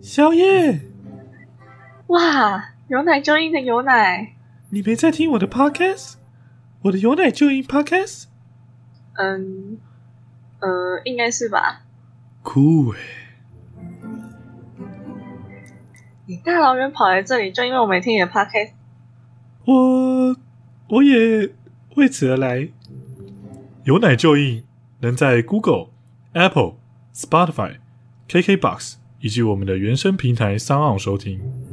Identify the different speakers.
Speaker 1: 小叶，
Speaker 2: 哇，有奶就硬的有奶，
Speaker 1: 你没在听我的 podcast？我的有奶就硬 podcast？
Speaker 2: 嗯，呃，应该是吧。
Speaker 1: 酷诶、
Speaker 2: 你大老远跑来这里，就因为我没听你的 podcast，
Speaker 1: 我我也为此而来。有奶就硬，能在 Google、Apple、Spotify、KKBox 以及我们的原生平台 s o n 收听。